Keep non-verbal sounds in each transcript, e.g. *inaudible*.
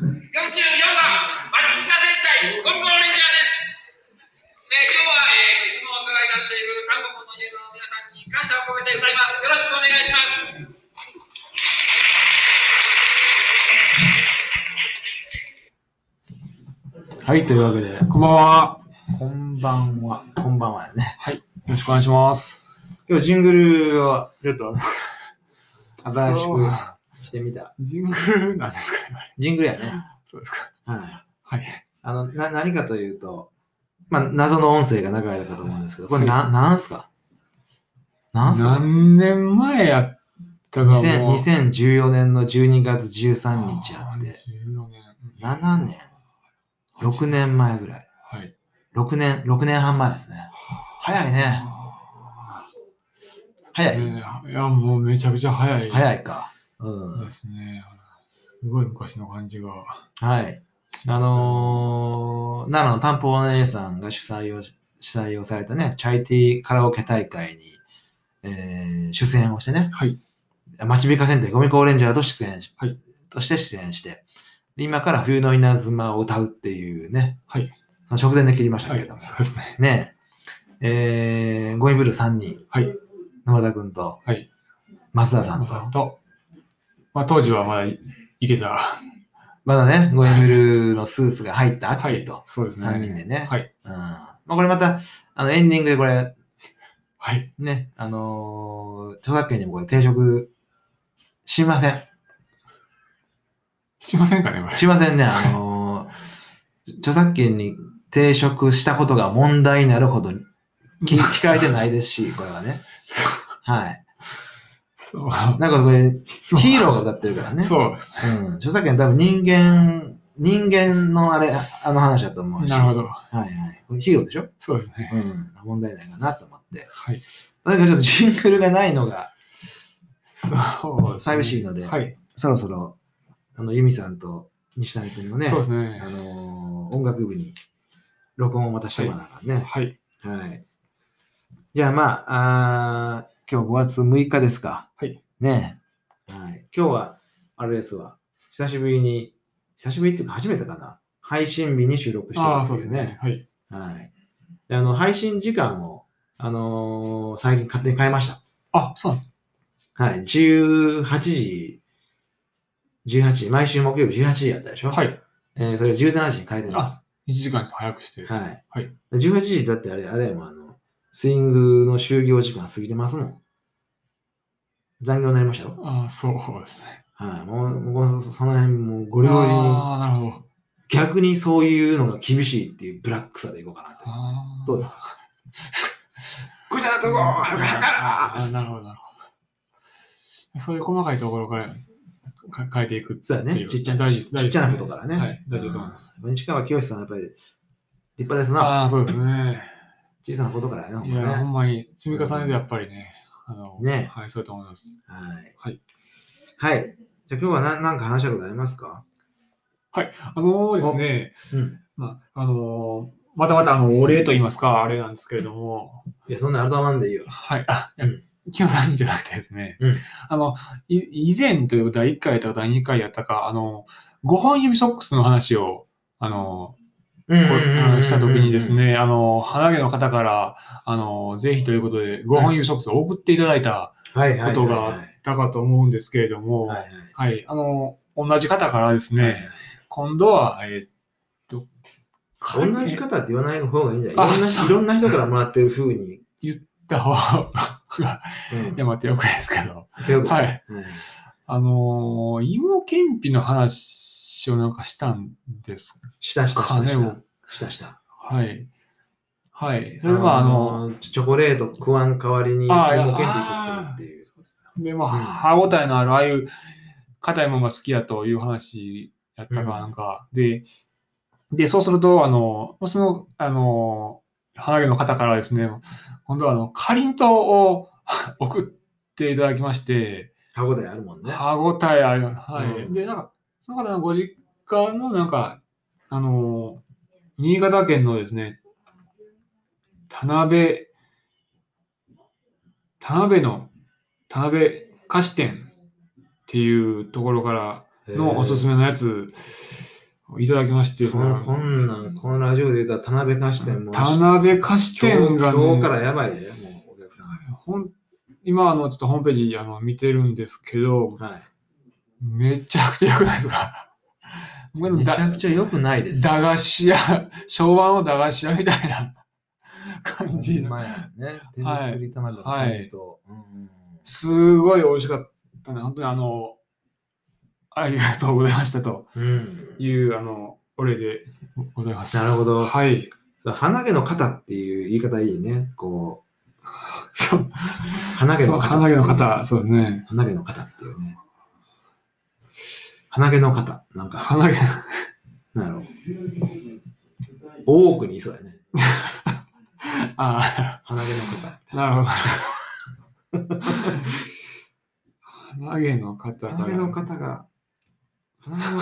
44番、マジキカ戦隊、ゴミゴロレンジャーです。えー今日は、えーいつもお世話になっている韓国の映画の皆さんに感謝を込めて歌います。よろしくお願いします。はい、というわけで、こんばんは。こんばんは。こんばんはだね。よろしくお願いします。今日ジングルは、ちょっと、あのそう新しくしてみた。ジングルなんですか今ジングルやね。そうですか。はい。はい。あの、な、何かというと、まあ、謎の音声が流れたかと思うんですけど、これな、なんすかなんすか何年前やったか2000 2014年の12月13日あって、 14年。 7年、うん6。年前ぐらい。はい。 6年、6年半前ですね。早いね。あ早ーい。ねいや、もうめちゃくちゃ早い。早いか。うんで。すね。すごい昔の感じが。はい。あのー、奈良の担保お姉さんが主催を、主催をされたね、チャリティーカラオケ大会に、えー出演をしてね、はい。町びか戦隊ゴミコーレンジャーと出演し、はいとして出演して、で今から冬の稲妻を歌うっていうね、はいその直前で切りましたはけい。れどそうも、ですね。ねえ、えー、ゴミブルー3人、はい。沼田くんと、はい。松田さんまと、さと。まあ、当時はまだいいけた。まだね、ゴミブルーのスーツが入ったアッはキーいと、。そうですね。 3人でねはい。うんまあ、これまた、あの、エンディングでこれ、はい。ね、あのー著作権にもこれ抵触しません。しませんかね、これ。しませんね、あのー著作権に抵触したことが問題になるほど *laughs* 聞聞かれてないですし、これはね。そうはい。そう。なんかこれ、質 *laughs* 問ヒーローが歌ってるからね。そうですうん。著作権多分人間、人間のあれ、あの話だと思うね。し。なるほど。はいはい。これヒーローでしょそうですね。うん。問題ないかなと思って。はい。なんかちょっとジングルがないのが、そう、寂しいのではい。そろそろ、あの、ユミさんと西谷君のね、そうですあね。のー音楽部に録音をまたしてもらうからね。はい。はい。じゃあまあ、あー今日5月6日ですか。はい。ねえはい。今日は、あれですわ。久しぶりに、久しぶりっていうか初めてかな。配信日に収録してあるあ、ってそういでうすね。ね。ははい。い。であの、配信時間を、あのー最近勝手に変えました。あ、そうなんはい、18時、18時、毎週木曜日18時やったでしょはい。えーそれを17時に変えてます。 1時間早くして。はい。はい18時だってあれ、あれやもんあの、スイングの就業時間過ぎてますもん。残業になりましたよ。ああ、そうですね。はい。もう、もうそその辺、もうごあ両輪、あ、なるほど。逆にそういうのが厳しいっていうブラックさでいこうかなって。ああ。どうですかかぐちゃっとぞあーあなるほど、なるほど。そういう細かいところからか変えていくっていう。そうやね。ちっちゃな、大ち事っちゃなことからね。はい。大事だと思います。うん。西川清さんはやっぱり立派ですな。ああ、そうですね。小さなことからやな、ほんいまや、ほね。んまに積み重ねでやっぱりね、あの、ねはい、そうだと思います。はい。はい。はい。じゃあ今日は何何か話したことありますかあのですね、うん。まあ、あのーまたまたあのお礼と言いますか、あれなんですけれども、いや、そんな改まんでいいよ。はい、あ、いやうん清さんじゃなくてですね、うんあの、い以前というか第1回やったか第2回やったか、あの、5本指ソックスの話を、あの、うこうあのしたときにです。ね、あの、鼻毛の方から、あの、ぜひということで、5本指ソックスを送っていただいはた、いはいはいはい。ことがあはだかと思うんですけれども、いはい。はい、あの、同じ方からですね、今度は、えーっと、同じ方って言わない方がいいんじゃないあいろんなそういろんな人からもらってる風に。言った方が、 *laughs* うんいや、待ってよくないですけど、手をはいはい。あのー、芋けんぴの話をなんかしたんです。したしたしたし金たを。したした。はい。はい。それでまあ、あの、ー、チョコレート食わん代わりに、あーいや芋けんぴ食ってるっていう。で、まあ、うん歯応えのある、ああいう硬いものが好きやという話やったうかんなんか、で、で、そうすると、あの、その、あの、花毛の方からですね、今度は、あの、かりんとうを *laughs* 送っていただきまして、歯応えあるもんね。歯応えある、はい。うんで、なんか、その方のご実家の、なんか、あの、新潟県のですね、田辺、田辺の、田辺菓子店っていうところから、へのおすすめのやつをいただきまして、それこんなん、このラジオで言ったら田辺菓子店も、田辺菓子店が、ね、今日からやばいで、もうお客さん。ほん今あのちょっとホームページあの見てるんですけど、はい。めちゃくちゃ良くないです *laughs* か僕のめちだゃくちゃ良くないです。駄菓子屋、 *laughs* 昭和の駄菓子屋みたいな感じほんの。まやね。手作り田辺のはい店と。うんうんすごい美味しかったね。本当にあの、ありがとうございましたとうんいう、あの、お礼でございます。なるほどはい。そう鼻毛の肩っていう言い方いいね。こそう。う、鼻毛そのう肩。鼻毛の方、そうですね。鼻毛の肩っていうね。鼻毛の肩。なんか、鼻毛の、なんやろう。多くにいそうやね。あ鼻毛の肩。あ、なるほど。鼻毛の方から鼻毛の方が、鼻毛の、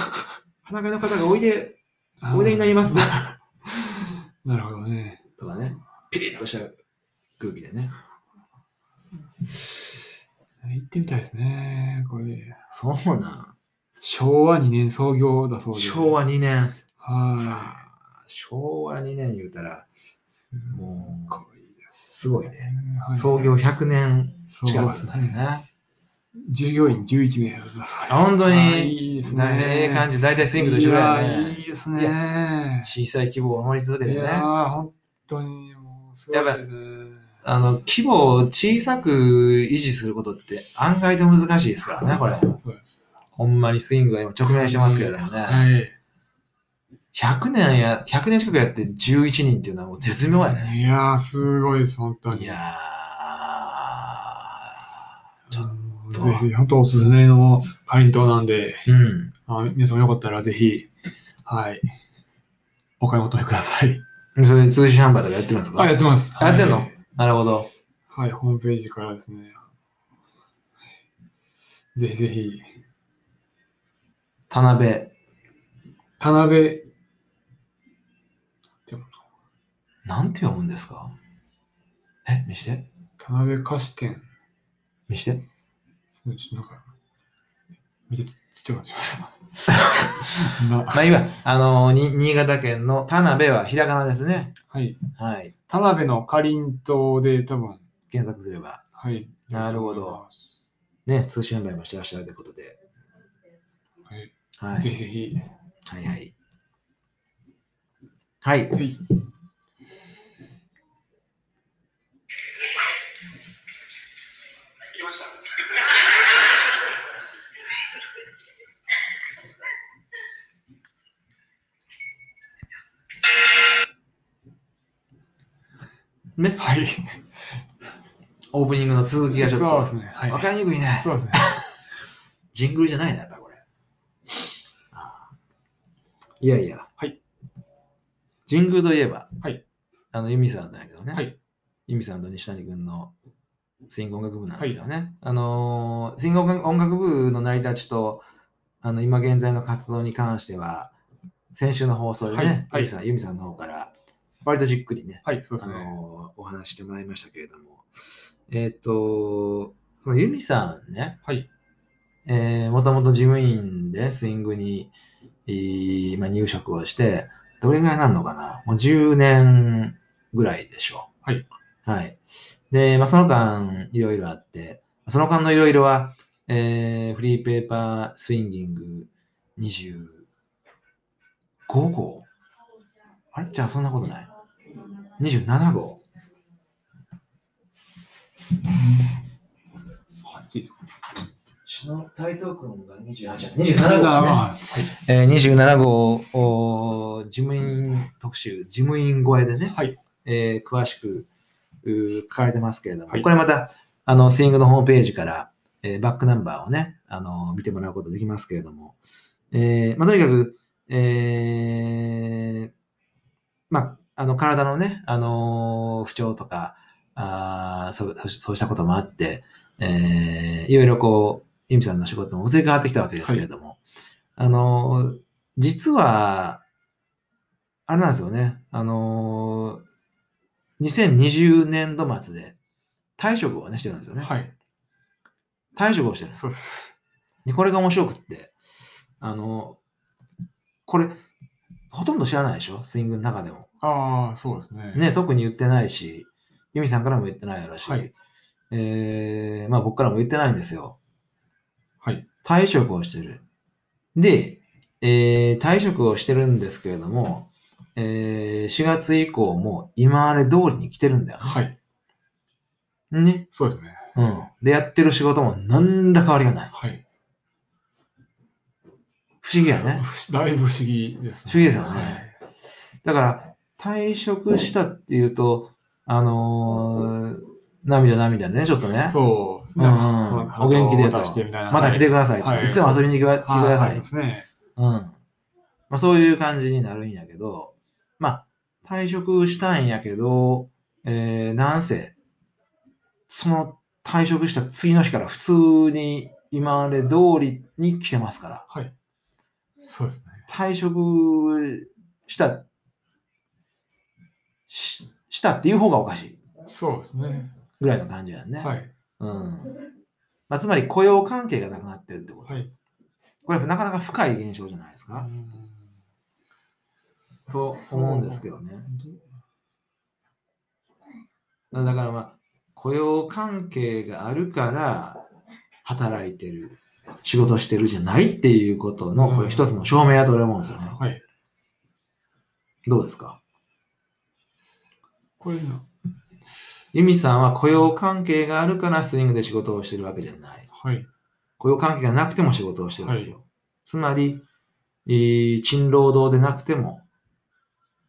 鼻毛の方がおいで、あーおいでになります。 *laughs* なるほどね。とかね。ピリッとした空気でね。行ってみたいですね。これ。そうなん。昭和2年創業だそうで。昭。和2年。は昭和2年言うたら、い。もうかっこいいですすごいね。ねはい創業100年そう近くですなるね。ね。従業員11名だそうです。あ本当あに、いいですね。ええ感じ。じ、大体スイングと一緒ぐらいやいね。いですね。小さい規模を守り続けいてね。やー、本当にもう、すごいですね。あの、規模を小さく維持することって案外と難しいですからね、これ。そうです。ほんまにスイングが今直面してますけれどもね。はい。 100年や、100年近くやって11人っていうのはもう絶妙やね。いやー、すごいです、本当に。いやちょっとと。ぜひ、本当おすすめのかりんとうなんで、ー、うん。あ皆さんよかったらぜひ、はい、お買い求めください。それで通信販売とかやってるんですかあ、やってます。やってんのはいなるほど。はい、ホームページからですね。ぜひぜひ、田辺。田辺、なんて読むんですかえ、見して。田辺菓子店、見して。ちょっとなんか、めっちゃちっちゃくなっちゃいました。 *laughs* なまあ今、あのーに、新潟県の田辺はひらがなですね。はい、はい。田辺のかりんとうで多分、検索すれば。はい。なるほど。ね、通信販売もしてらっしゃるということで。はい。はぜい。ひぜひ。はいはい。はい。はい。来ました。ね、はい。オープニングの続きがちょっと。そうですね。はい。わかりにくいね。そうですね。ジングルじゃないな、やっぱりこれ。あーいやいや。はい。ジングルといえば、はい。あの、ユミさんだけどね。はい。ユミさんと西谷君のスイング音楽部なんですけどね。あのースイング音楽音楽部の成り立ちと、あの、今現在の活動に関しては、先週の放送でね、はいユミさん、ユミさんの方から、割とじっくりね、はい、そうであすね。のーお話ししてもらいましたけれども、えっ、と、そのユミさんね、はい。えー、もともと事務員でスイングに、えーまあ、入職をして、どれぐらいになるのかなもう10年ぐらいでしょう。はい。はい。で、まあ、その間、いろいろあって、その間のいろいろは、えー、フリーペーパースインギング25号あれじゃあそんなことない。27号。 8ですか。その台東君が28、 7 27が、号、ね。はい。えー、27号おー事務員特集、事務員超えでね、はい。えー詳しくうー書かれてますけれども、はいこれまたあのスイングのホームページから、えーバックナンバーをね、あの見てもらうことできますけれども、えーまあ、とにかく、えーまあ、あの体のね、あのー不調とかあーそうそうそうしたこともあって、えーいろいろこう、ゆみさんの仕事も移り変わってきたわけですけれども、あのー実は、あれなんですよね、あのー2020年度末で退職をね、してるんですよね。はい。退職をしてるんですそうです。で、これが面白くって、あの、これ、ほとんど知らないでしょスイングの中でも。ああ、そうですね。ね、特に言ってないし、ユミさんからも言ってないだろうし、はいえー、まあ僕からも言ってないんですよ。はい。退職をしてる。で、えー退職をしてるんですけれども、えー4月以降も今まで通りに来てるんだよはい。ね。ね。そうですね。うん。で、やってる仕事も何ら変わりがない。はい。不思議やね。だいぶ不思議です不思議ですよねはいだから、退職したっていうと、あのー涙涙でね、ちょっとね。そう。うんうんお元気でと出してみたいな。また来てくださいって。はいい、つも遊びに来てくはいださ。はいい。うんですね。。まあ、そういう感じになるんやけど、まあ、退職したんやけど、えー、なんせ、その退職した次の日から普通に今まで通りに来てますから、はい。そうですね。退職した、ししたっていう方がおかしいそうですね。ぐらいの感じやんね。はい。うん。まあ、つまり雇用関係がなくなってるってこと。はい。これなかなか深い現象じゃないですか。うんと思うんですけどね。だからまあ、雇用関係があるから働いてる、仕事してるじゃないっていうことの、これ一つの証明だと俺は思うんですよね。はい。どうですかこれな。由美さんは雇用関係があるからスイングで仕事をしてるわけじゃない。はい。雇用関係がなくても仕事をしてるんですよ。つまり、えー賃労働でなくても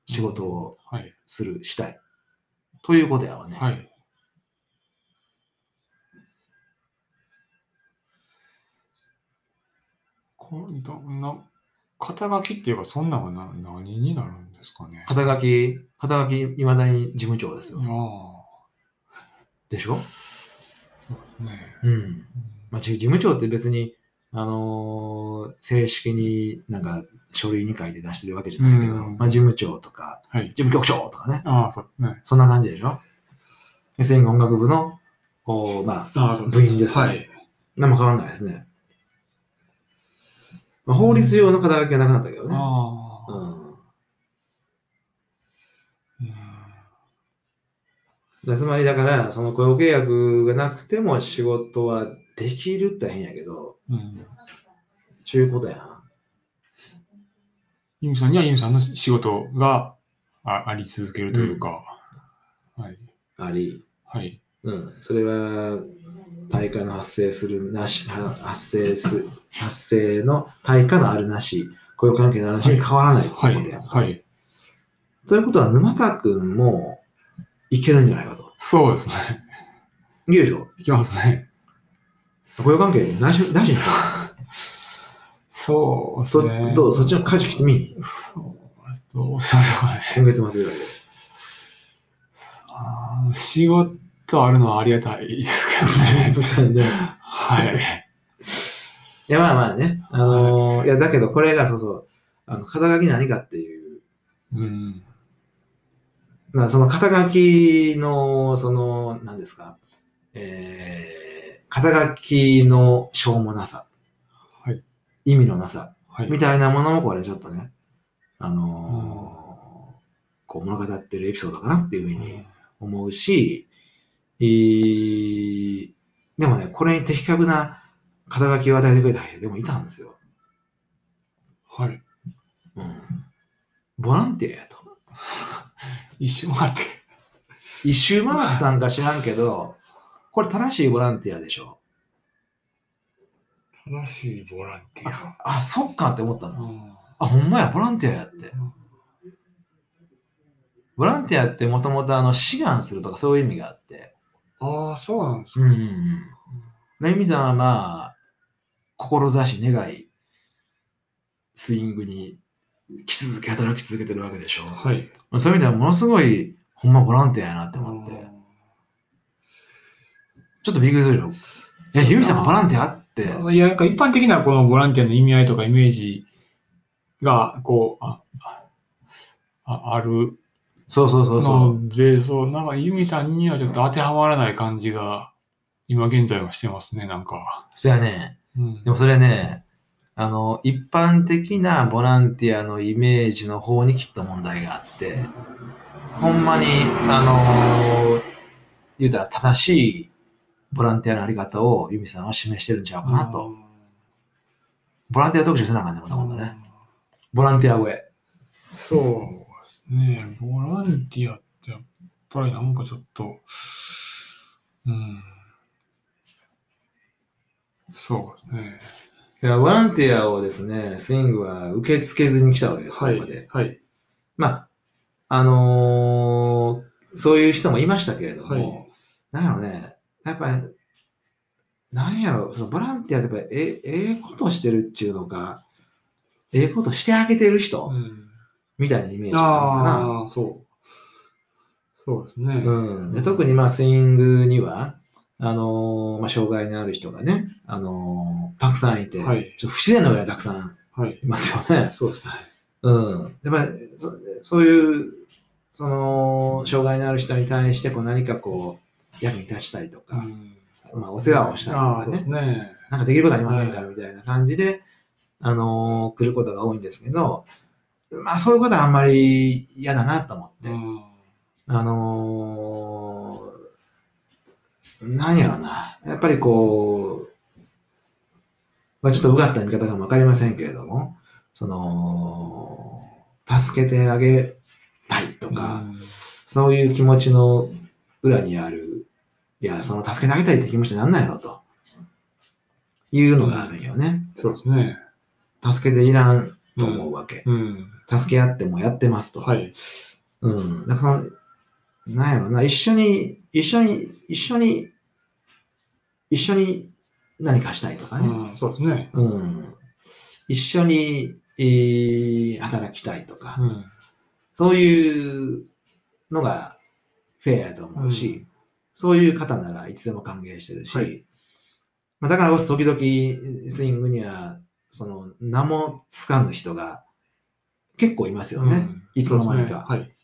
仕事をはい。する、したい。ということやわね。はい。これ、どんな、肩書きっていうか、そんなのはな何になるんですかね。肩書き、肩書き、いまだに事務長ですいやーよ。でしょそうですね。うん。うんまあ、事事務長って別に、あのー正式になんか書類に書いて出してるわけじゃないけど、うんまあ、事務長とか、はい。事務局長とかね、ああ、そうね。そんな感じでしょ ?SN 音楽部の、おーまあ、ああ、そう部員ですはい。何も変わらないですね。まあ、法律上の肩書きがなくなったけどね。あうあ。ん。うんだつまりだから、その雇用契約がなくても仕事はできるって変やけど、うん。ちゅうことやん。ユミさんにはユミさんの仕事がああり続けるというか、はい。あり。はい。うん。それは、対価の発生するなし、は発生す、発生の対価のあるなし、雇用関係のあるなしに変わらないってこはとい。やん。はい。ということは、沼田くんもいけるんじゃないかと。そうですね。 *laughs* いけるでしょいきますね。雇用関係なし、なしにすそうでする。ね。そ、どうそっちの解除来てみいそうどうしましょうかね。今月末ぐらいで。あー仕事あるのはありがたいですけどね。 *laughs* で *laughs* はい。いや、まあまあね。あのーいや、だけどこれがそうそう、あの、肩書き何かっていう、うん。まあその肩書きの、その、何ですか、えー、肩書きのしょうもなさ、はい意味のなさ、はい。みたいなものもこれちょっとね、あのーこう物語ってるエピソードかなっていうふうに思うし、えーでもね、これに的確な肩書きを与えてくれた人でもいたんですよ。はい。うん。ボランティアやと。一瞬待って。一周回ったんか知らんけど、これ正しいボランティアでしょ。正しいボランティア。あ、そっかって思ったうの。んあ、ほんまや、ボランティアやって。ボランティアってもともとあの、志願するとかそういう意味があって。ああ、そうなんですうか。ん。なゆみさんはまあ、志、願い、スイングに来続け、働き続けてるわけでしょ。はい。まあそういう意味ではものすごい、ほんまボランティアやなって思って。ちょっとびっくりするよ。え、ゆみさんがボランティアって。いや、なんか一般的なこのボランティアの意味合いとかイメージが、こう、あああるそうそうそうそう。ので、そう、なんかユミさんにはちょっと当てはまらない感じが、今現在はしてますね、なんか。そやね。うんでもそれね、あの、一般的なボランティアのイメージの方にきっと問題があって、ほんまに、あのー言うたら正しいボランティアのあり方をユミさんは示してるんちゃうかなと。ボランティア特集せなあかんね、また今度ね。ボランティア越え。そうね。ボランティアってやっぱりなんかちょっと、うん。そうですね。だからボランティアをですね、スイングは受け付けずに来たわけです、こはれいまで。。はい。まあ、あのーそういう人もいましたけれども、はいなんやろね、やっぱり、なんやろ、そのボランティアってやっぱりえええことしてるっていうのか、ええことしてあげてる人うんみたいなイメージがあるのかああ、そう。そうですね。な。うん、で特にまあスイングには、あのーまあ、障害のある人がね、あのーたくさんいて、はいちょっと不自然なぐらいたくさんはい。いますよね。そうですね。うん。やっぱり、そそういう、その、障害のある人に対して、こう何かこう、役に立ちたいとか、まあ、お世話をしたいとあかあ、そうでねす、ね。なんかできることありませんか、はみたいな感じで、あのー来ることが多いんですけど、まあ、そういうことはあんまり嫌だなと思って、うんあのー、何やろな、やっぱりこう、まあ、ちょっとうがった見方かもわかりませんけれども、その、助けてあげたいとか、うんそういう気持ちの裏にある、いや、その助けてあげたいって気持ちなんなんやろと、いうのがあるんよね。そうですね。助けていらんと思うわけ。うん。助け合ってもやってますと。はい。うん。だから、なんやろな、一緒に、一緒に、一緒に、一緒に何かしたいとかね。うん、そうですね。うん。一緒に、えー働きたいとか、うん。そういうのがフェアやと思うし、うんそういう方ならいつでも歓迎してるし、はいまあ、だからこそ時々スイングには、その名もつかぬ人が結構いますよね。うんいつの間にか。そうですね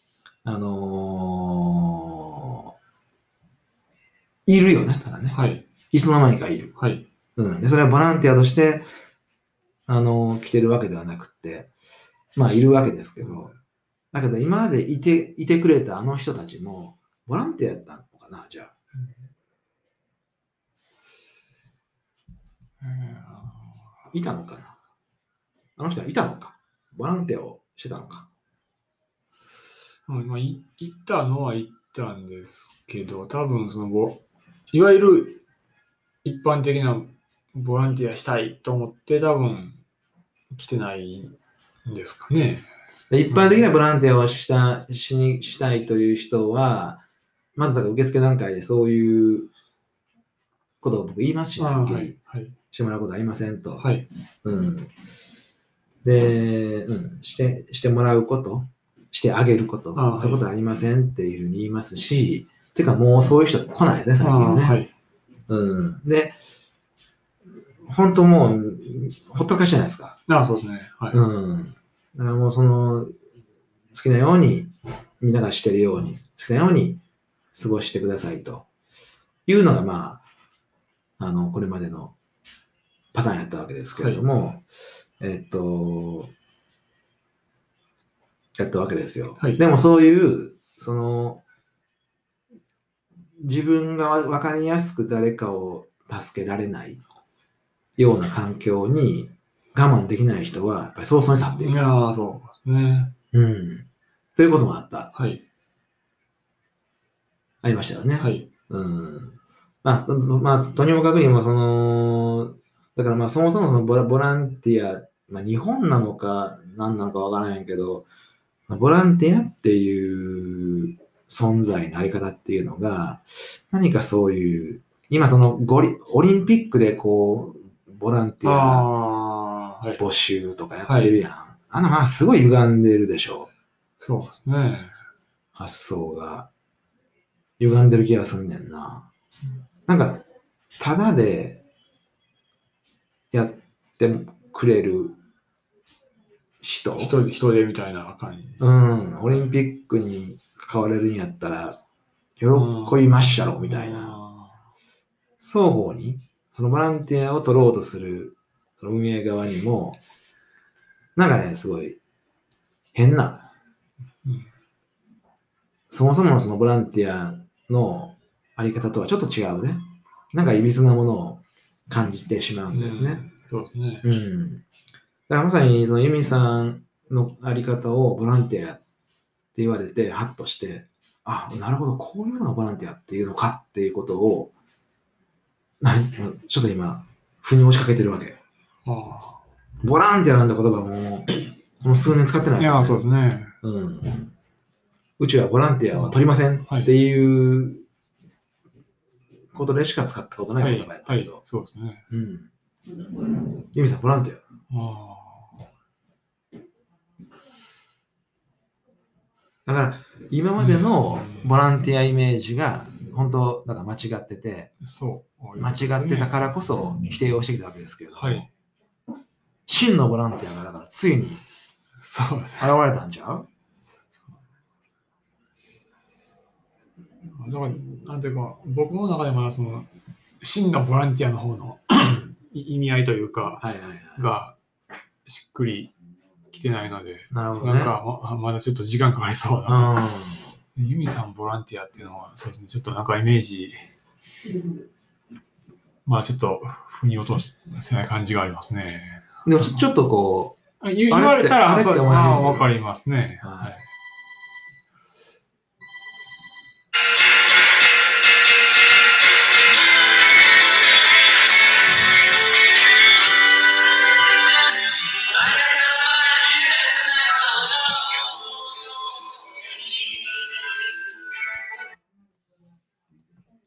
あのーいるよね、ただね。はい。はい。いつの間にかいる。はい。うん。で、それはボランティアとして、あのー来てるわけではなくって、まあ、いるわけですけど、だけど今までいて、いてくれたあの人たちも、ボランティアやったのかな、じゃあ。うんいたのかな。あの人はいたのか。ボランティアをしてたのか。うんまあ、い行ったのは行ったんですけど、多分そのぼ、いわゆる一般的なボランティアしたいと思って、多分来てないんですかね。で一般的なボランティアをしたしにしたいという人は、まずだから受付段階でそういうことを僕言いますし、あはっきはいり。はい。してもらうことありませんと。はい。うん、で、うんして、してもらうこと、してあげること、あはいそういうことありませんっていうふうに言いますし、てかもうそういう人来ないですね、最あ近ね。はい。うん、で、本当もう、ほったらかしじゃないですか。あそうですね。はい。うん。だからもうその、好きなように、みんながしてるように、好きなように過ごしてくださいというのが、まあ、あの、これまでのパターンやったわけですけれども、えっと、やったわけですよ。はいでもそういう、その、自分がわかりやすく誰かを助けられないような環境に我慢できない人は、やっぱり早々に去っていいく。やーそうですね。うん。ということもあった。はい。ありましたよね。はい。うん。まあ、とまあ、とにもかくにも、その、だからまあ、そもそもそのボラボランティア、まあ、日本なのか、何なのかわからないけど、まあボランティアっていう存在のあり方っていうのが、何かそういう、今そのゴリ、オリンピックでこう、ボランティア、ああー、はい。募集とかやってるやん。あの、まあ、すごい歪んでるでしょう。そうですね。発想が。歪んでる気がすんねんな。なんか、ただでやってくれる人。人で、人でみたいな感じ。うん。オリンピックに関われるんやったら、喜びまっしゃろ、みたいな。な。双方に、そのボランティアを取ろうとする、そその運営側にも、なんかね、すごい変なうん。そもそものそのボランティアのあり方とはちょっと違うね。なんかいびつなものを感じてしまうんですね。そうですね。うん。だからまさに、その、ユミさんのあり方をボランティアって言われて、ハッとして、あ、なるほど、こういうのがボランティアっていうのかっていうことを、何ちょっと今、腑に落ちかけてるわけ。あボランティアなんて言葉も、この数年使ってないあいですや、そよ、うですね。うん。うちはボランティアは取りませんっていうことでしか使ったことなはいい言葉やっ、たはけいど、、そうですね。うん。ユミさん、ボランティア。あだから今までのボランティアイメージが本当だから間違っててあ、そう。。間違ってたかららこそ否定をしてきたわけですけれども、はい真のボランティアがだからついに現そうです。れたんちゃうだから、なんていうか、僕の中でも、その、真のボランティアの方の *clears throat* 意味合いというはか、いはいはい。が、しっくりきてないので、なるほどなんね。かま、まだちょっと時間かかりそうだな。ユミさんボランティアっていうのは、そうですね、ちょっとなんかイメージ、まあちょっと、腑に落とせない感じがありますね。うん、でもちょちょっとこう、あ言うあれって言われたら、あれってそう思いますあわかりますね。はいはい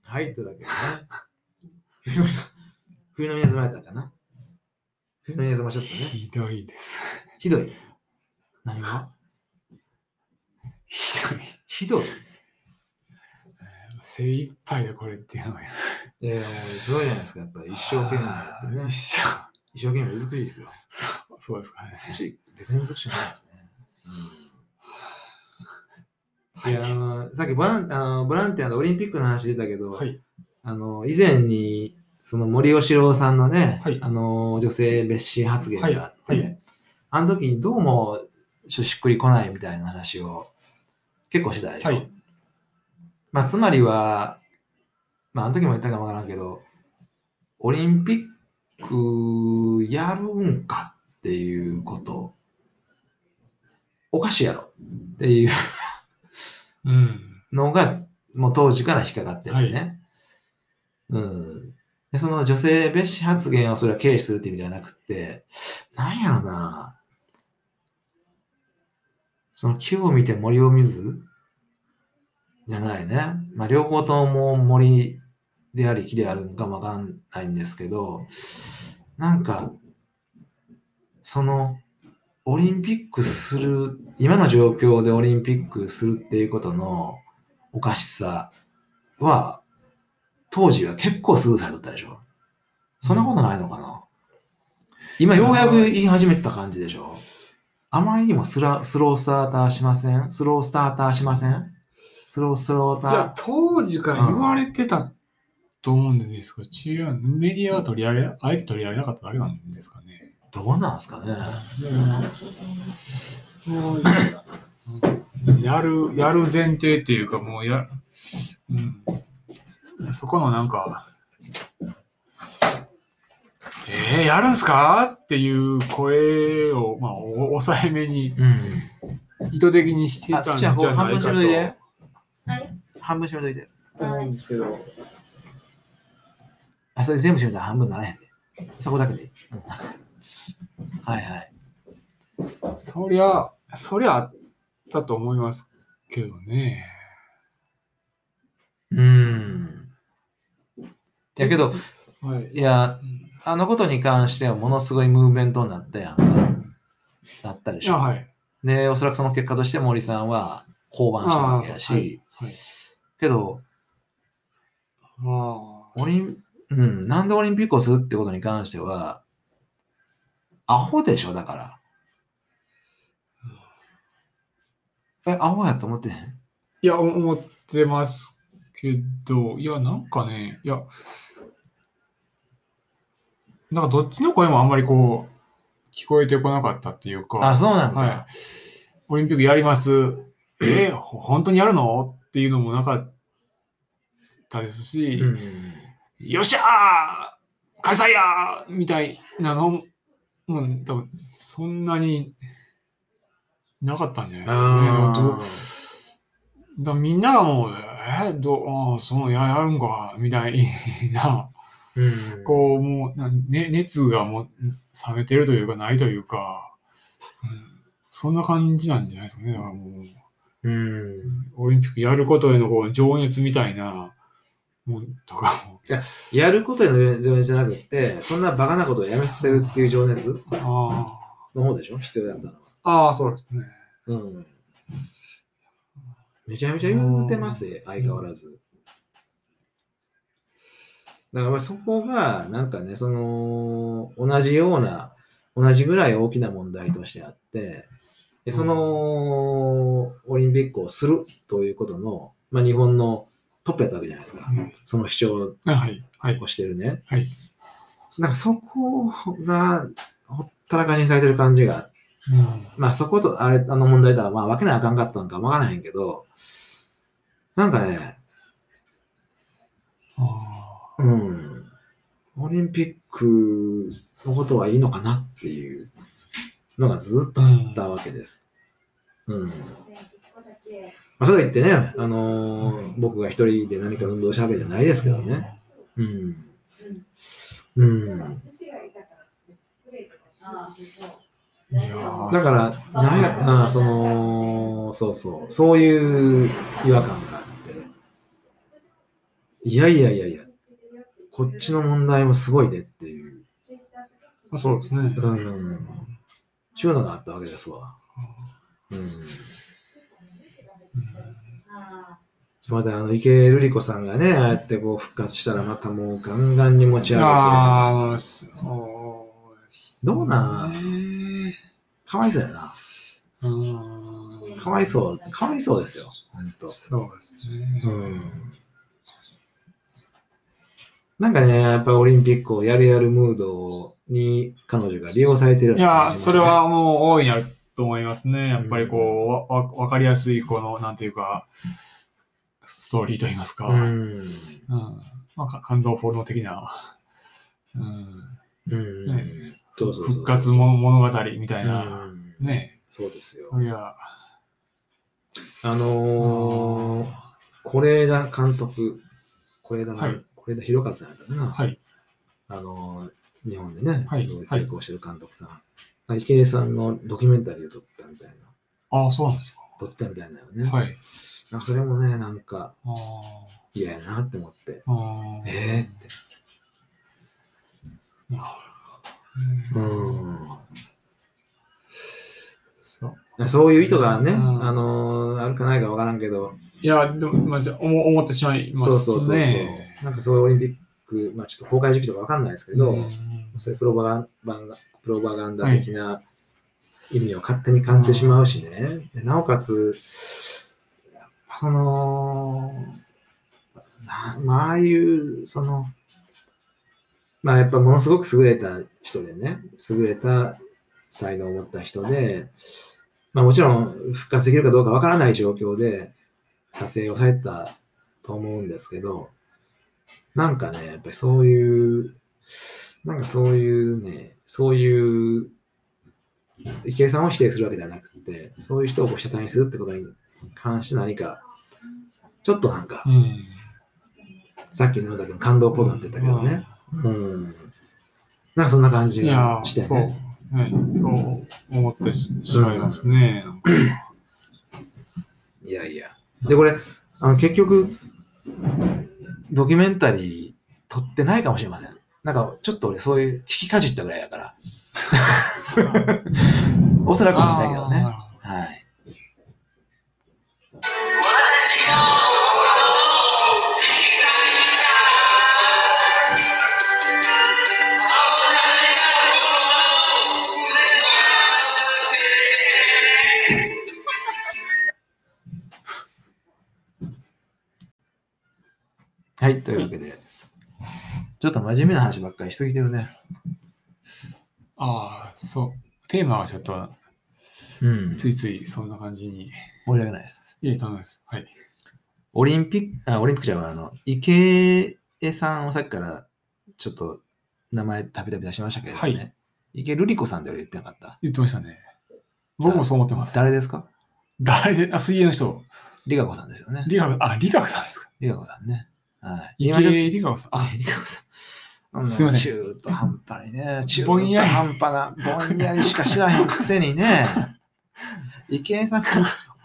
はい、というわけでね。冬の *laughs* 冬の宮妻やったかな冬の宮妻ちょっとね。ひどいです。ひどい。何がひどい。ひどい。精一杯でこれっていうのがいやいやもうすごいじゃないですか。やっぱり一生懸命やってね。 *laughs* 一生一生懸命美しいですよ。そうそうですかね。美しい別に美しくないですね。うん、いやあのさっきボランあのボランティアのオリンピックの話出たけど、はい。あの以前にその森喜朗さんのね、はいあの女性蔑視発言があって、はいはあの時にどうもちょっとしっくりこないみたいな話を結構してたでしょはい。まあ、つまりは、まあ、あの時も言ったかもわからんけど、オリンピックやるんかっていうこと、おかしいやろっていううん。のが、もう当時から引っかかっててね。はうん。で、その女性蔑視発言をそれは軽視するって意味ではなくて、なんやろな。その木を見て森を見ずじゃないね。まあ、両方とも森であり木であるのかもわかんないんですけど、なんか、その、オリンピックする、今の状況でオリンピックするっていうことのおかしさは、当時は結構すぐされとったでしょ。そんなことないのかな今ようやく言い始めた感じでしょ。あまりにもスラスロースターターしませんスロースターターしませんスロースローいターや、。当時から言われてたと思うんですけど、違う、メディアが取り上げ、あえて取り上げなかっただけなんですかね。どうなんですかねもう、やる、やる前提っていうか、もうや、うん、そこのなんか、えー、やるんすかっていう声を、まあ、お抑えめにうん。意図的にしてたあ、んじすゃきちゃん、ほう半ない分かしとめといて。はい。半分しめといて。は思うんい。ですけど、あ、それ全部しめたら半分にならへんで。そこだけでいい。うんはいはい。そりゃ、そりゃあったと思いますけどね。うん。いやけど、はい。いや、あのことに関してはものすごいムーブメントになったやんか。なったでしあょ。はい。で、おそらくその結果として森さんは降板したわけやし、あーはいはいけど、ああ。オリン、うん、なんでオリンピックをするってことに関しては、アホでしょ、だから。え、アホやと思ってへんいや、お思ってますけど、いや、なんかね、いや、なんかどっちの声もあんまりこう、聞こえてこなかったっていうあ、か、そうなんだ。はいオリンピックやります。え、ほ本当にやるのっていうのもなかったですし、うん。よっしゃー開催やーみたいなのも、もう多分そんなになかったんじゃないですあかね。どだからみんながもう、えー、どう、あーそうや、やるんか、みたいな、ーうんこう、もう、なんね、熱がもう冷めてるというか、ないというか、うんそんな感じなんじゃないですかね。だからもうう、ん。オリンピックやることへのこう情熱みたいな、もんとかも。やることへの情熱じゃなくって、そんなバカなことをやめさせるっていう情熱 *laughs* あーの方でしょ必要だったのは。あー、そうですね。うん。めちゃめちゃ言うてますよ、相変わらず。だからまあそこが、なんかね、その、同じような、同じぐらい大きな問題としてあって、でその、オリンピックをするということの、まあ日本のトップやったわけじゃないですか。その主張はい、はい。をしてるね。はいなんかそこがほったらかしにされてる感じがあってまあそことあれ、あの問題とはまあ分けなあかんかったのか分からへんけど、なんかね、あうん、オリンピックのことはいいのかなっていうのがずっとあったわけです。うん。まあ、そう言ってね、あのー僕が一人で何か運動したわけじゃないですけどね。うん。うん。いやーだから、なんや、うんその、そうそう、そういう違和感があって。いやいやいやいや、こっちの問題もすごいでっていう、まあ、そうですね。うん、そういうのがあったわけですわ。うん。またあの池江璃子さんがね、ああやってこう復活したらまたもうガンガンに持ち上げて、かああ、そうですねどうなんわいそうやな。うん。かわいそう、かわいそうですよ、ほんと。そうですね。うんなんかね、やっぱオリンピックをやるやるムードに彼女が利用されてるよういな感やじー、もそれはもう大いにあると思いますね。やっぱりうこう、わわわかりやすい、この、なんていうか、ストーリーといいますか、ううんん。まあ、か感動フォルノ的な、うん、うん。ねそうそうそうそう復活も物語みたいうな、んね、そうですよそ。りゃ、あのー、是枝監督、是枝なはい是枝裕和さんやったかな。はい、あのー、日本でね、はいすごい成功してる監督さん。池江さんのドキュメンタリーを撮ったみたいな。ああ、そうなんです撮ったみたいなよね。か。はい。なんかそれもね、なんかあ嫌やなって思って。ーあー。ええって。うそう。ん、そういう意図がね、うんあのーあるかないかわからんけど、いや、でも、まあ、じゃあ思思ってしまいますそね。うそうそうそう、なんかそういうオリンピック、まあちょっと公開時期とかわかんないですけど、うんそういうプロパガンバンダプロパガンダ的な意味を勝手に感じてしまうしね、でなおかつ、やっぱその、なまあ、ああいう、その、まあやっぱものすごく優れた人でね、優れた才能を持った人で、まあもちろん復活できるかどうかわからない状況で撮影をされてたと思うんですけど、なんかね、やっぱりそういう、なんかそういうね、そういう、池江さんを否定するわけではなくて、そういう人をご謝罪にするってことに関して何か、ちょっとなんかう、ん。さっきの野田君感動っぽくなってたけどね。うん。なんかそんな感じいやが、してそう。ね。はい、そう思ってししまいますね。いやいや。で、これ、あの結局、ドキュメンタリー撮ってないかもしれません。なんか、ちょっと俺そういう聞きかじったぐらいだ *laughs* から、おそらくなんだけどね。あはい。はい、というわけで、ちょっと真面目な話ばっかりしすぎてるね。ああ、そう。テーマはちょっと、うん。ついついそんな感じに。盛り上げないです。いいと思います。はい。オリンピック、あ、オリンピックじゃないあの、池江さんをさっきからちょっと名前たびたび出しましたけれどね。はい池江瑠璃子さんで俺言ってなかった。言ってましたね。僕もそう思ってます。誰ですか誰で、あ、水泳の人。リカ子さんですよね。理学、あ、理学さんですか。リカ子さんね。はい。池今ちょっと江理学さん。あ、リカ子さん。あのすいません中途半端に *laughs* ね、中ぼん途やり半端な、ぼんやりしか知らへんくせに *laughs* ね、池江さんが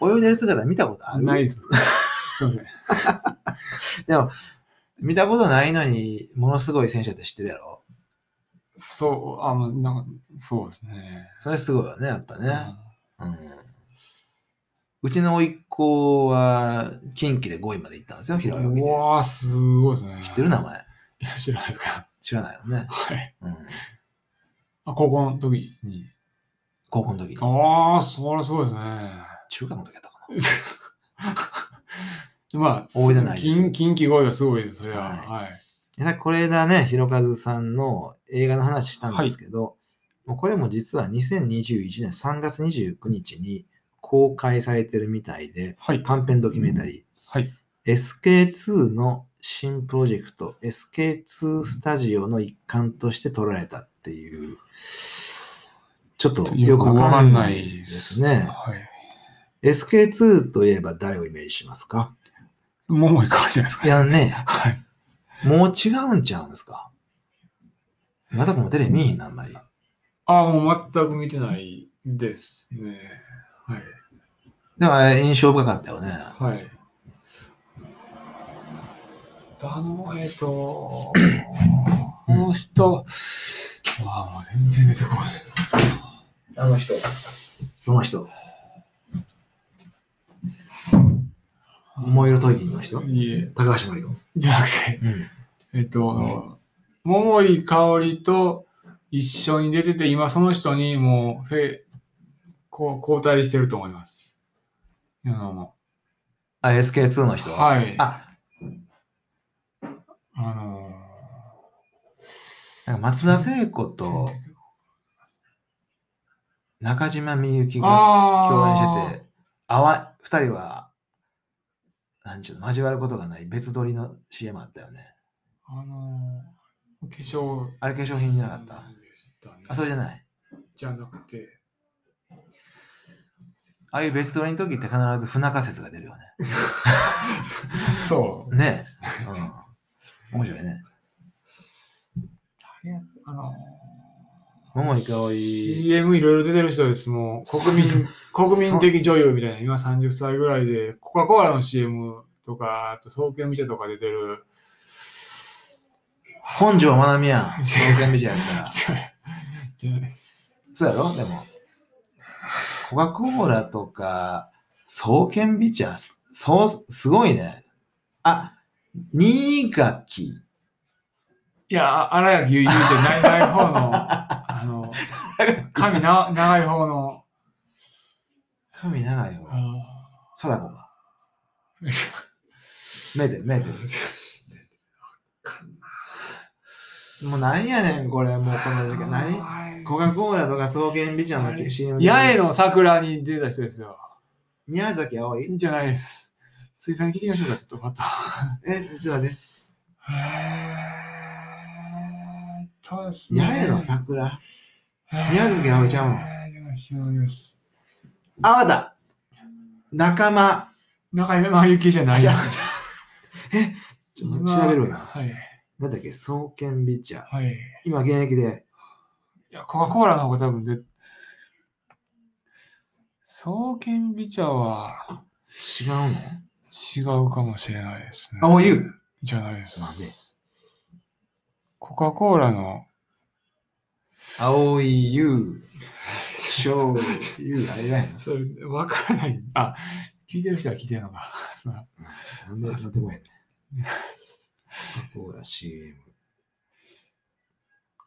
泳いでる姿見たことあるないです。すいません。見たことないのに、ものすごい選手だって知ってるやろそう、あ、まあなんか、そうですね。それすごいよね、やっぱうね。んうんうちの甥っ子は、近畿で5位まで行ったんですよ、平泳ぎうで。わー、すごいですね。知ってる名前いや、知らないですか。知らないよね。はい。うんあ、高校の時に。高校の時に。ああ、それすごいですね。 *laughs* 中学の時だったかまあ、多いじゃないです近近畿声がすごいです、それはは。はい。な。さっきこれだね、ひろかずさんの映画の話したんですけど、もうこれも実は2021年3月29日に公開されてるみたいで、はい。短編ドキュメンタリー。はい。 SK2 の新プロジェクト、SK2 スタジオの一環として撮られたっていう、ちょっとよくわかんないですね。はい。 SK2 といえば誰をイメージしますか桃井かわじゃないですか。いやね、はい。もう違うんちゃうんですかまたこのテレビ見えへんな、あんまり。ああ、もう全く見てないですね。はい。でもあれ印象深かったよね。はい。あの、えっ、と、 *coughs* この人、わあ、もう全然出てこない。あの人。その人。桃色トイレの人いえ、高橋真理子。じゃなくて、うん。えっ、と、桃井かおりと一緒に出てて、今その人にもうフェ、こう交代してると思います。あの、あ、SK2 の人。はい。ああ、のなんか松田聖子と中島みゆきがあ共演ーしてて、あわ、二人は、なんちゅうの、交わることがない別撮りの CM あったよね。あのー、化粧あれ化粧品じゃなかった。でしたねあ、そうじゃない。じゃなくて、ああいう別撮りの時って必ず不仲説が出るよね。そう。ねえ。うん。面白いね。あれあの桃井かお *laughs* り。 CM いろいろ出てる人です。もう国民そう、国民的女優みたいな、今30歳ぐらいで、コカ・コーラの CM とか、あと、東京店とか出てる。本庄まなみやん。東京ビジュアルから。じゃないです。そうやろでも。コカ・コーラとか、創建ビチャー、すそう、すごいね。あ、新垣。いや、荒垣結衣じゃないない方の、あの、髪な長い方の、神長いよ。あ貞子が。ーメーテル、メーテル。もうなんやねん、これ。もうこの時間。何コカ・コーラとか創建ビチャーの CM で八重の桜に出た人ですよ。宮崎あおいいいんじゃないです。水産に聞いてみましょうか、ちょっとまた。え、ちょっと待って。えーっとですね八重の桜。えー宮崎あおいちゃうの知らないです。あ、わかった。仲間。中山ゆきじゃないじゃやあ *laughs* え、ちょっと調べろよ。はい。なんだっけ、創建ビチャー。はい。い今現役で。や、コカ・コーラの方が多分で、創建美茶は違うの違うかもしれないですね。青湯。じゃないです。なんでコカ・コーラの、青い優、小優、あれがやそれ、わからない。あ、聞いてる人は聞いてるのか。そのな。なんで出てこへんねん。コーラ CM。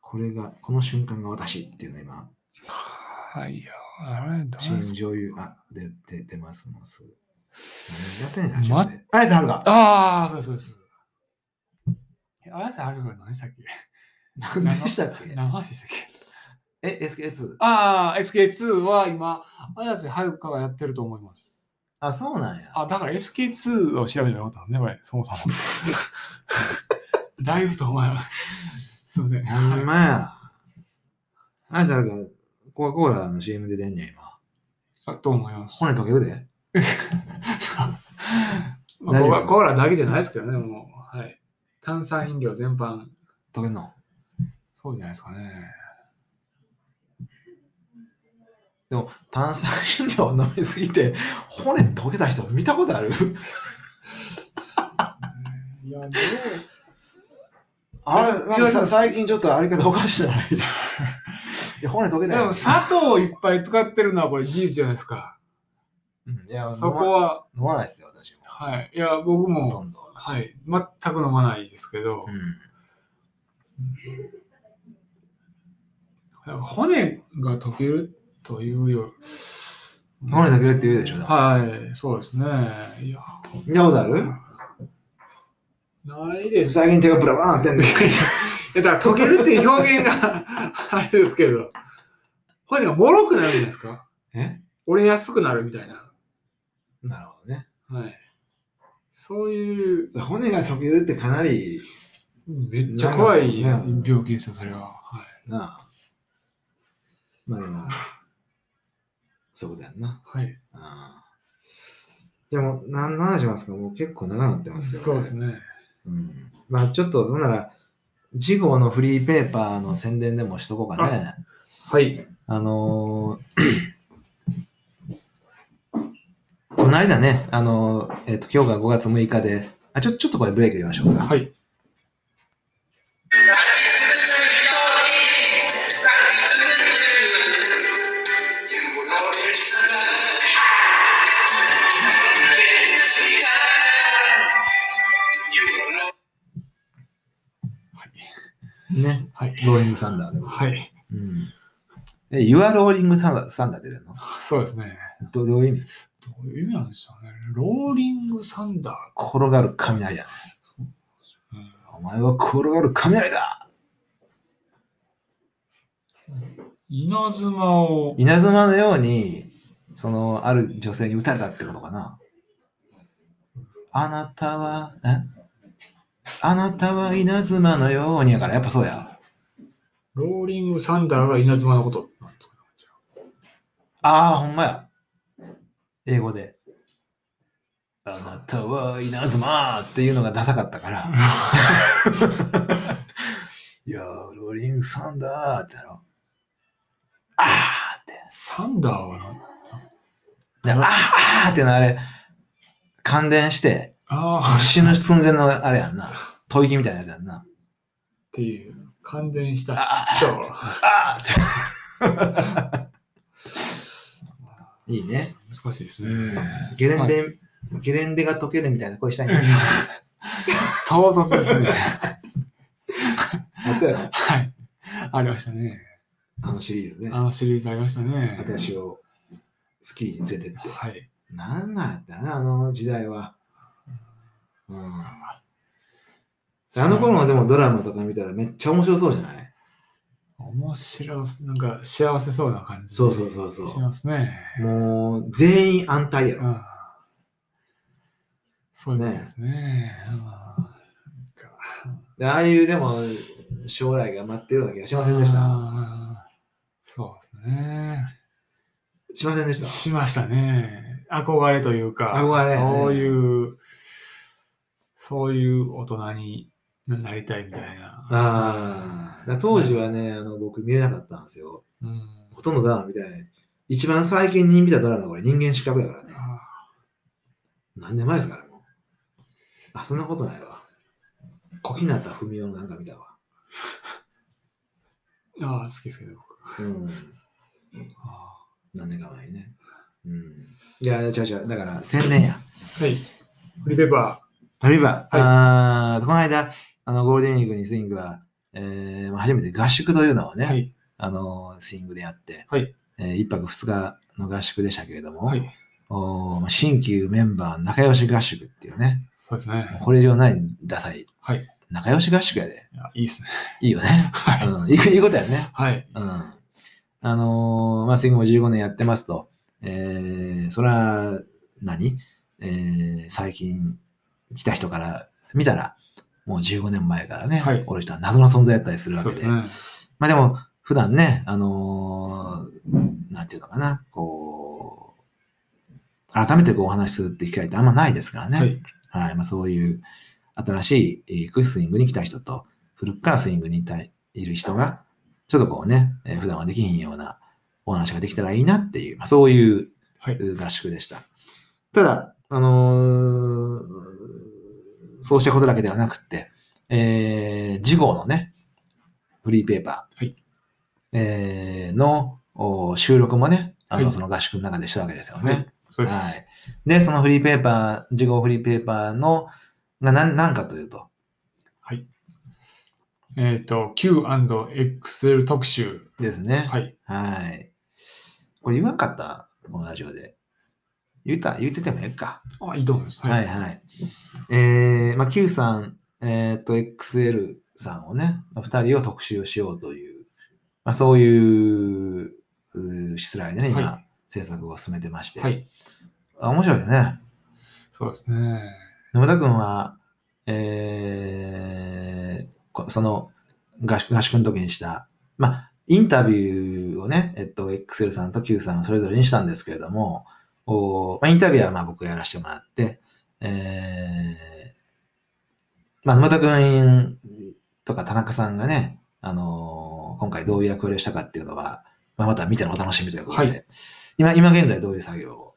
これが、この瞬間が私っていうの今、 *laughs* はいよ。あれ、どうです CM か女優、あ、で、で、出ますもんすぐ。何やってんねん、ラジオで。あやつはるか。ああ、そうですそうです。 *laughs* え、綾瀬はるか何でしたっけ何でしたっけ何の話でしたっえ、SK2? ああ、SK2 は今、綾瀬はるかがやってると思います。あ、そうなんや。あ、だから SK2 を調べてなかったんですね、これ、そ *laughs* もそも。だいぶと前は。すいません。ほんはまや。あいつなんか、コアコーラの CM で出んねん、今。い、と思います。骨溶けるで。まあ、大丈夫コーラコーラだけじゃないですけどね、もう。はい。炭酸飲料全般、溶けんの。そうじゃないですかね。でも、炭酸飲料飲みすぎて、骨溶けた人見たことあるいや、どうあれ、なんかさ最近ちょっとあれ方おかしい *laughs* ない。いや、骨溶けたでよも、砂糖をいっぱい使ってるのはこれ事実じゃないですか。うんいや、そこは、飲ま飲まないですよ、私も。はい。いや、僕ほもと、んど。はい。全く飲まないですけどう、ん。骨が溶けるというより。骨溶けるって言うでしょはい。そうですね。いや、見たことあるないです。最近手がブラブラなってんだけど。いやだから溶けるっていう表現が *laughs* あれですけど、骨がもろくなるんじゃないですか。え折れやすくなるみたいな。 *laughs* なるほどね。はい。そういう、それ骨が溶けるってかなり、めっちゃ怖いなんかね病気ですよ、それは。はいなあ。まあでも、そういうことやんな。はい。ああでも、何の話しますかもう結構長くなってますよ。そうですね。うん。まあちょっと、そんなら、次号のフリーペーパーの宣伝でもしとこうかね。はい。あのー *clears throat* この間ね、あのーえっ、と、今日が5月6日で、あ、ちょ、ちょっとこれブレーキ入れましょうか。はい。ね。はい。ローリングサンダーでも。はい。うん。え、You are Rolling Thunder- Thunder って出てんのそうですね。どどういう意味どういう意味なんでしょうね。ローリングサンダー。転がる雷や。うんお前は転がる雷だ稲妻を、稲妻のように、その、ある女性に撃たれたってことかな。あなたは、えあなたは稲妻のようにやから、やっぱそうや。ローリングサンダーが稲妻のことなんですかね。ああ、ほんまや。英語で。あなたは稲妻っていうのがダサかったから。 *laughs* いやー、ローリングサンダーってやろ。あーって。サンダーはで、何あーあーってのあれ、感電して、ああ、死ぬ寸前のあれやんな。吐息みたいなやつやんな。っていう、感電したあ人はあーって。 *laughs* いいね。難しいですね。ゲレンデ、ゲレンデが溶けるみたいな声したいんだけ *laughs* 唐突ですね。ど。やったよ。はい。ありましたね。あのシリーズねあ。のシリーズありましたね。私をスキーに連れてって。はい。なんなんやったな、あの時代は。うん。あの頃のでもドラマとか見たらめっちゃ面白そうじゃない面白い、なんか幸せそうな感じ。そうそうそうそうしますね。もう、全員安泰やうろ。ん。そういうことですね。うんでああいう、でも、将来が待ってるような気がしませんでした。あーそうですね。しませんでした。しましたね。憧れというか、憧れそういう、そういう大人になりたいみたいあな。あ。だから当時はね、あの、僕見れなかったんですよ。うん、ほとんどドラマ見てない。一番最近に見たドラマはこれ、人間失格やからね。あ何年前ですから、もう。あ、そんなことないわ。小日向文世のなんか見たわ。ーあー、好きですけど、僕。うん。あ何年か前にね。うん。いや、違う違う。だから、宣伝や。ーはい。フリーペーパ例えば、はいあーこの間、あの、ゴールデンウィークにスイングは、えーまあ初めて合宿というのをー。ね、はい。あの、スイングでやって、はいえー一泊二日の合宿でしたけれども、はい。おーまあ新旧メンバー仲良し合宿っていうね、そうですもうね。これ以上ないダサい、はい仲良し合宿やで。 *laughs* いやいいですね。いいよね。はい。うん、いいいいことやね。はい。うん。あのーまあ、スイングも15年やってますと、えー、それは何、えー、最近来た人から見たら、もう15年前からね、はい俺人は謎の存在だったりするわそけうで。ですね。まあでも、普段ね、あのーなんていうのかな、こう、改めてこうお話しするって機会ってあんまないですからね。はい。はい。まあ、そういう新しいえークイススイングに来た人と、古くからスイングにいたいる人が、ちょっとこうね、えー普段はできひんようなお話ができたらいいなっていう、まあ、そういうはいう合宿でした。ただ、あのーそうしたことだけではなくって、えー、次号のね、フリーペーパー、はいえーのお収録もね、あはのいその合宿の中でしたわけですよね。はい。そうです。はい。で、そのフリーペーパー、事後フリーペーパーの、が何何かというと、えっ、と、Q&XL 特集。ですね。はい。はい。これ言わんかった、このラジオで。言った、言っててもええか。あ、いいと思います。は、はいい。はい、えー、まあ、Q さん、えーっと、XL さんをね、の二人を特集をしようという、まあ、そういう、うーしつらいでね、今、は制作を進めてまして。はい。あ、面白いですね。そうですね。沼田君は、えーこその合宿合宿の時にした、まあ、インタビューをね、えっと、XL さんと Q さんそれぞれにしたんですけれども、おまあ、インタビューはまあ僕がやらせてもらって、えーまあ、沼田君とか田中さんがね、あのー今回どういう役割をしたかっていうのは、まあ、また見てのお楽しみということで、は今、今現在どういう作業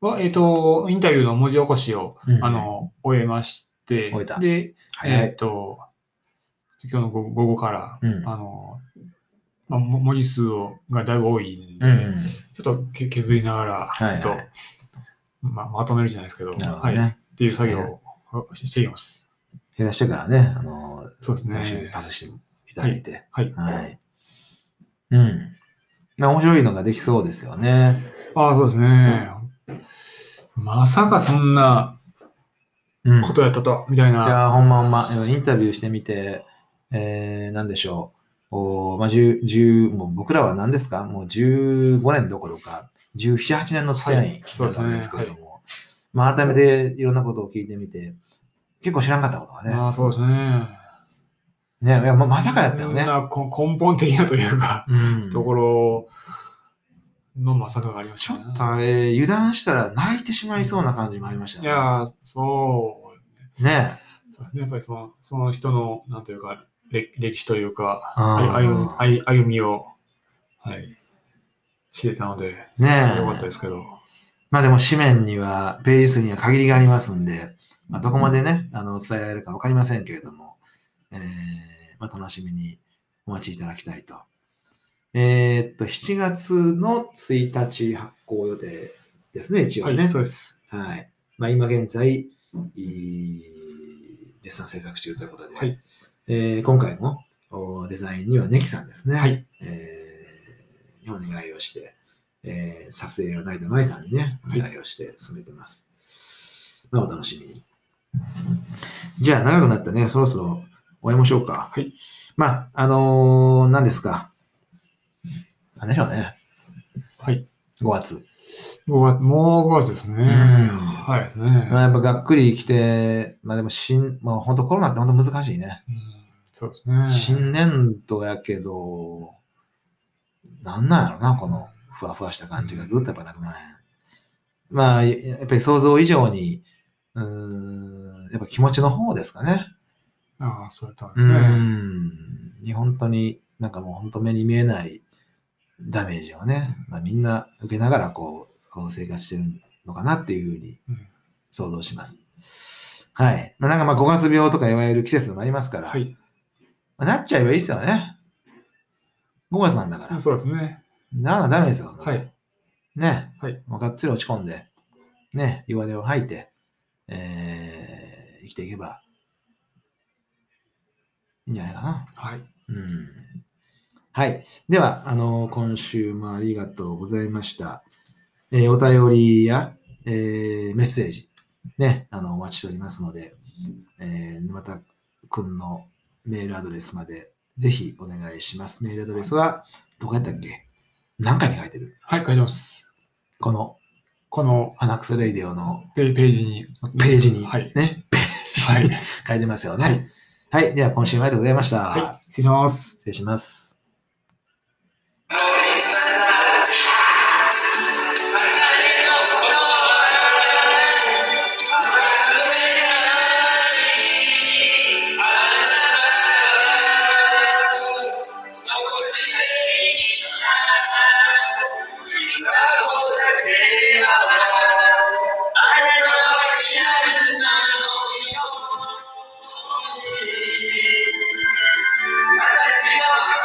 を、は、えっ、と、インタビューの文字起こしを、うんあ、の、終えまして、終えたで、早えっ、い。と、今日の午後午後から、うんあの、まあ、も文字数をがだいぶ多いんで、うんうんちょっとけ削りながら、はいはいちょっと、まあ、まとめるじゃないですけど、なるほどはい。ね。っていう作業をししています。減らしてからね、あの、そうです最初にねパ。スしていただいて。はい。はい。うん。まあ、面白いのができそうですよね。ああ、そうですね。まさかそんなうん。いことやったとは、みたいな。やー、ほんまほんま、あのインタビューしてみて、えー、なんでしょう。おーまあ、十、十、もう僕らは何ですかもう15年どころか、17、8年の付き合いになるわけですけれども、まあ、改めていろんなことを聞いてみて、結構知らんかったことがね、ああ、そうですね。ね、いや、まあまさかやったよねそん。なこ根本的なというか、うん。ところのまさかがありましちょた、っとあれ、油断したら泣いてしまいそうな感じもありましたいね。やー、そうねそうですね、やっぱりそのその人の、なんというか、歴歴史というか、あー歩歩歩みを、はい、知れたので、え。ねそれ良かったえ。ですけど、まあでも紙面には、ページ数には限りがありますんで、まあ、どこまでね、あの、伝えられるかわかりませんけれども、えーまあ楽しみにお待ちいただきたいと。えーっと、7月の1日発行予定ですね、一応はね。い、はいそう。です。まあ今現在、いい絶賛制作中ということで、はいえー今回もおデザインにはネキさんですね。はい、えーお願いをして、えー撮影を成田舞さんにね、おはい願いをして進めてます。まあ、お楽しみに。じゃあ、長くなったね、そろそろ終えましょうか。はい。まあ、あのー何ですか。何でしょうね。はい。 5月。 5月、もう5月ですね。んはいですね。まあ、やっぱがっくり来て、まあでも新、まあ本当コロナって本当難しいね。うんそうですね。新年度やけど、なんなんやろな、このふわふわした感じがずっとやっぱなくならへん。まあ、ややっぱり想像以上に、うーん、やっぱ気持ちの方ですかね。ああ、そうだったんでうすね。ん。本当に、なんかもう本当目に見えないダメージをね、まあ、みんな受けながらこう、生活してるのかなっていうふうにうん想像します。はい。まあ、なんかまあ5月病とかいわゆる季節もありますから、はい、まあなっちゃえばいいですよね。5月なんだから。そうですね。ならなダメですよ。そんなはい。ね。はいもうがっつり落ち込んで、ね、弱音を吐いて、えー生きていけば、いいんじゃないかな。はい。うん。はい。では、あの、今週もありがとうございました。えーお便りや、えーメッセージ、ね、あの、お待ちしておりますので、えー沼田くんのメールアドレスまで、ぜひお願いします。メールアドレスは、どこやったっけ何回に書いてるはい、書いてます。このこのアナクスレイディオのペページに。ページに、はい。ね、ペーはジいに。書いてますよね。はい、では今週もありがとうございました。はい。失礼します。失礼します。私は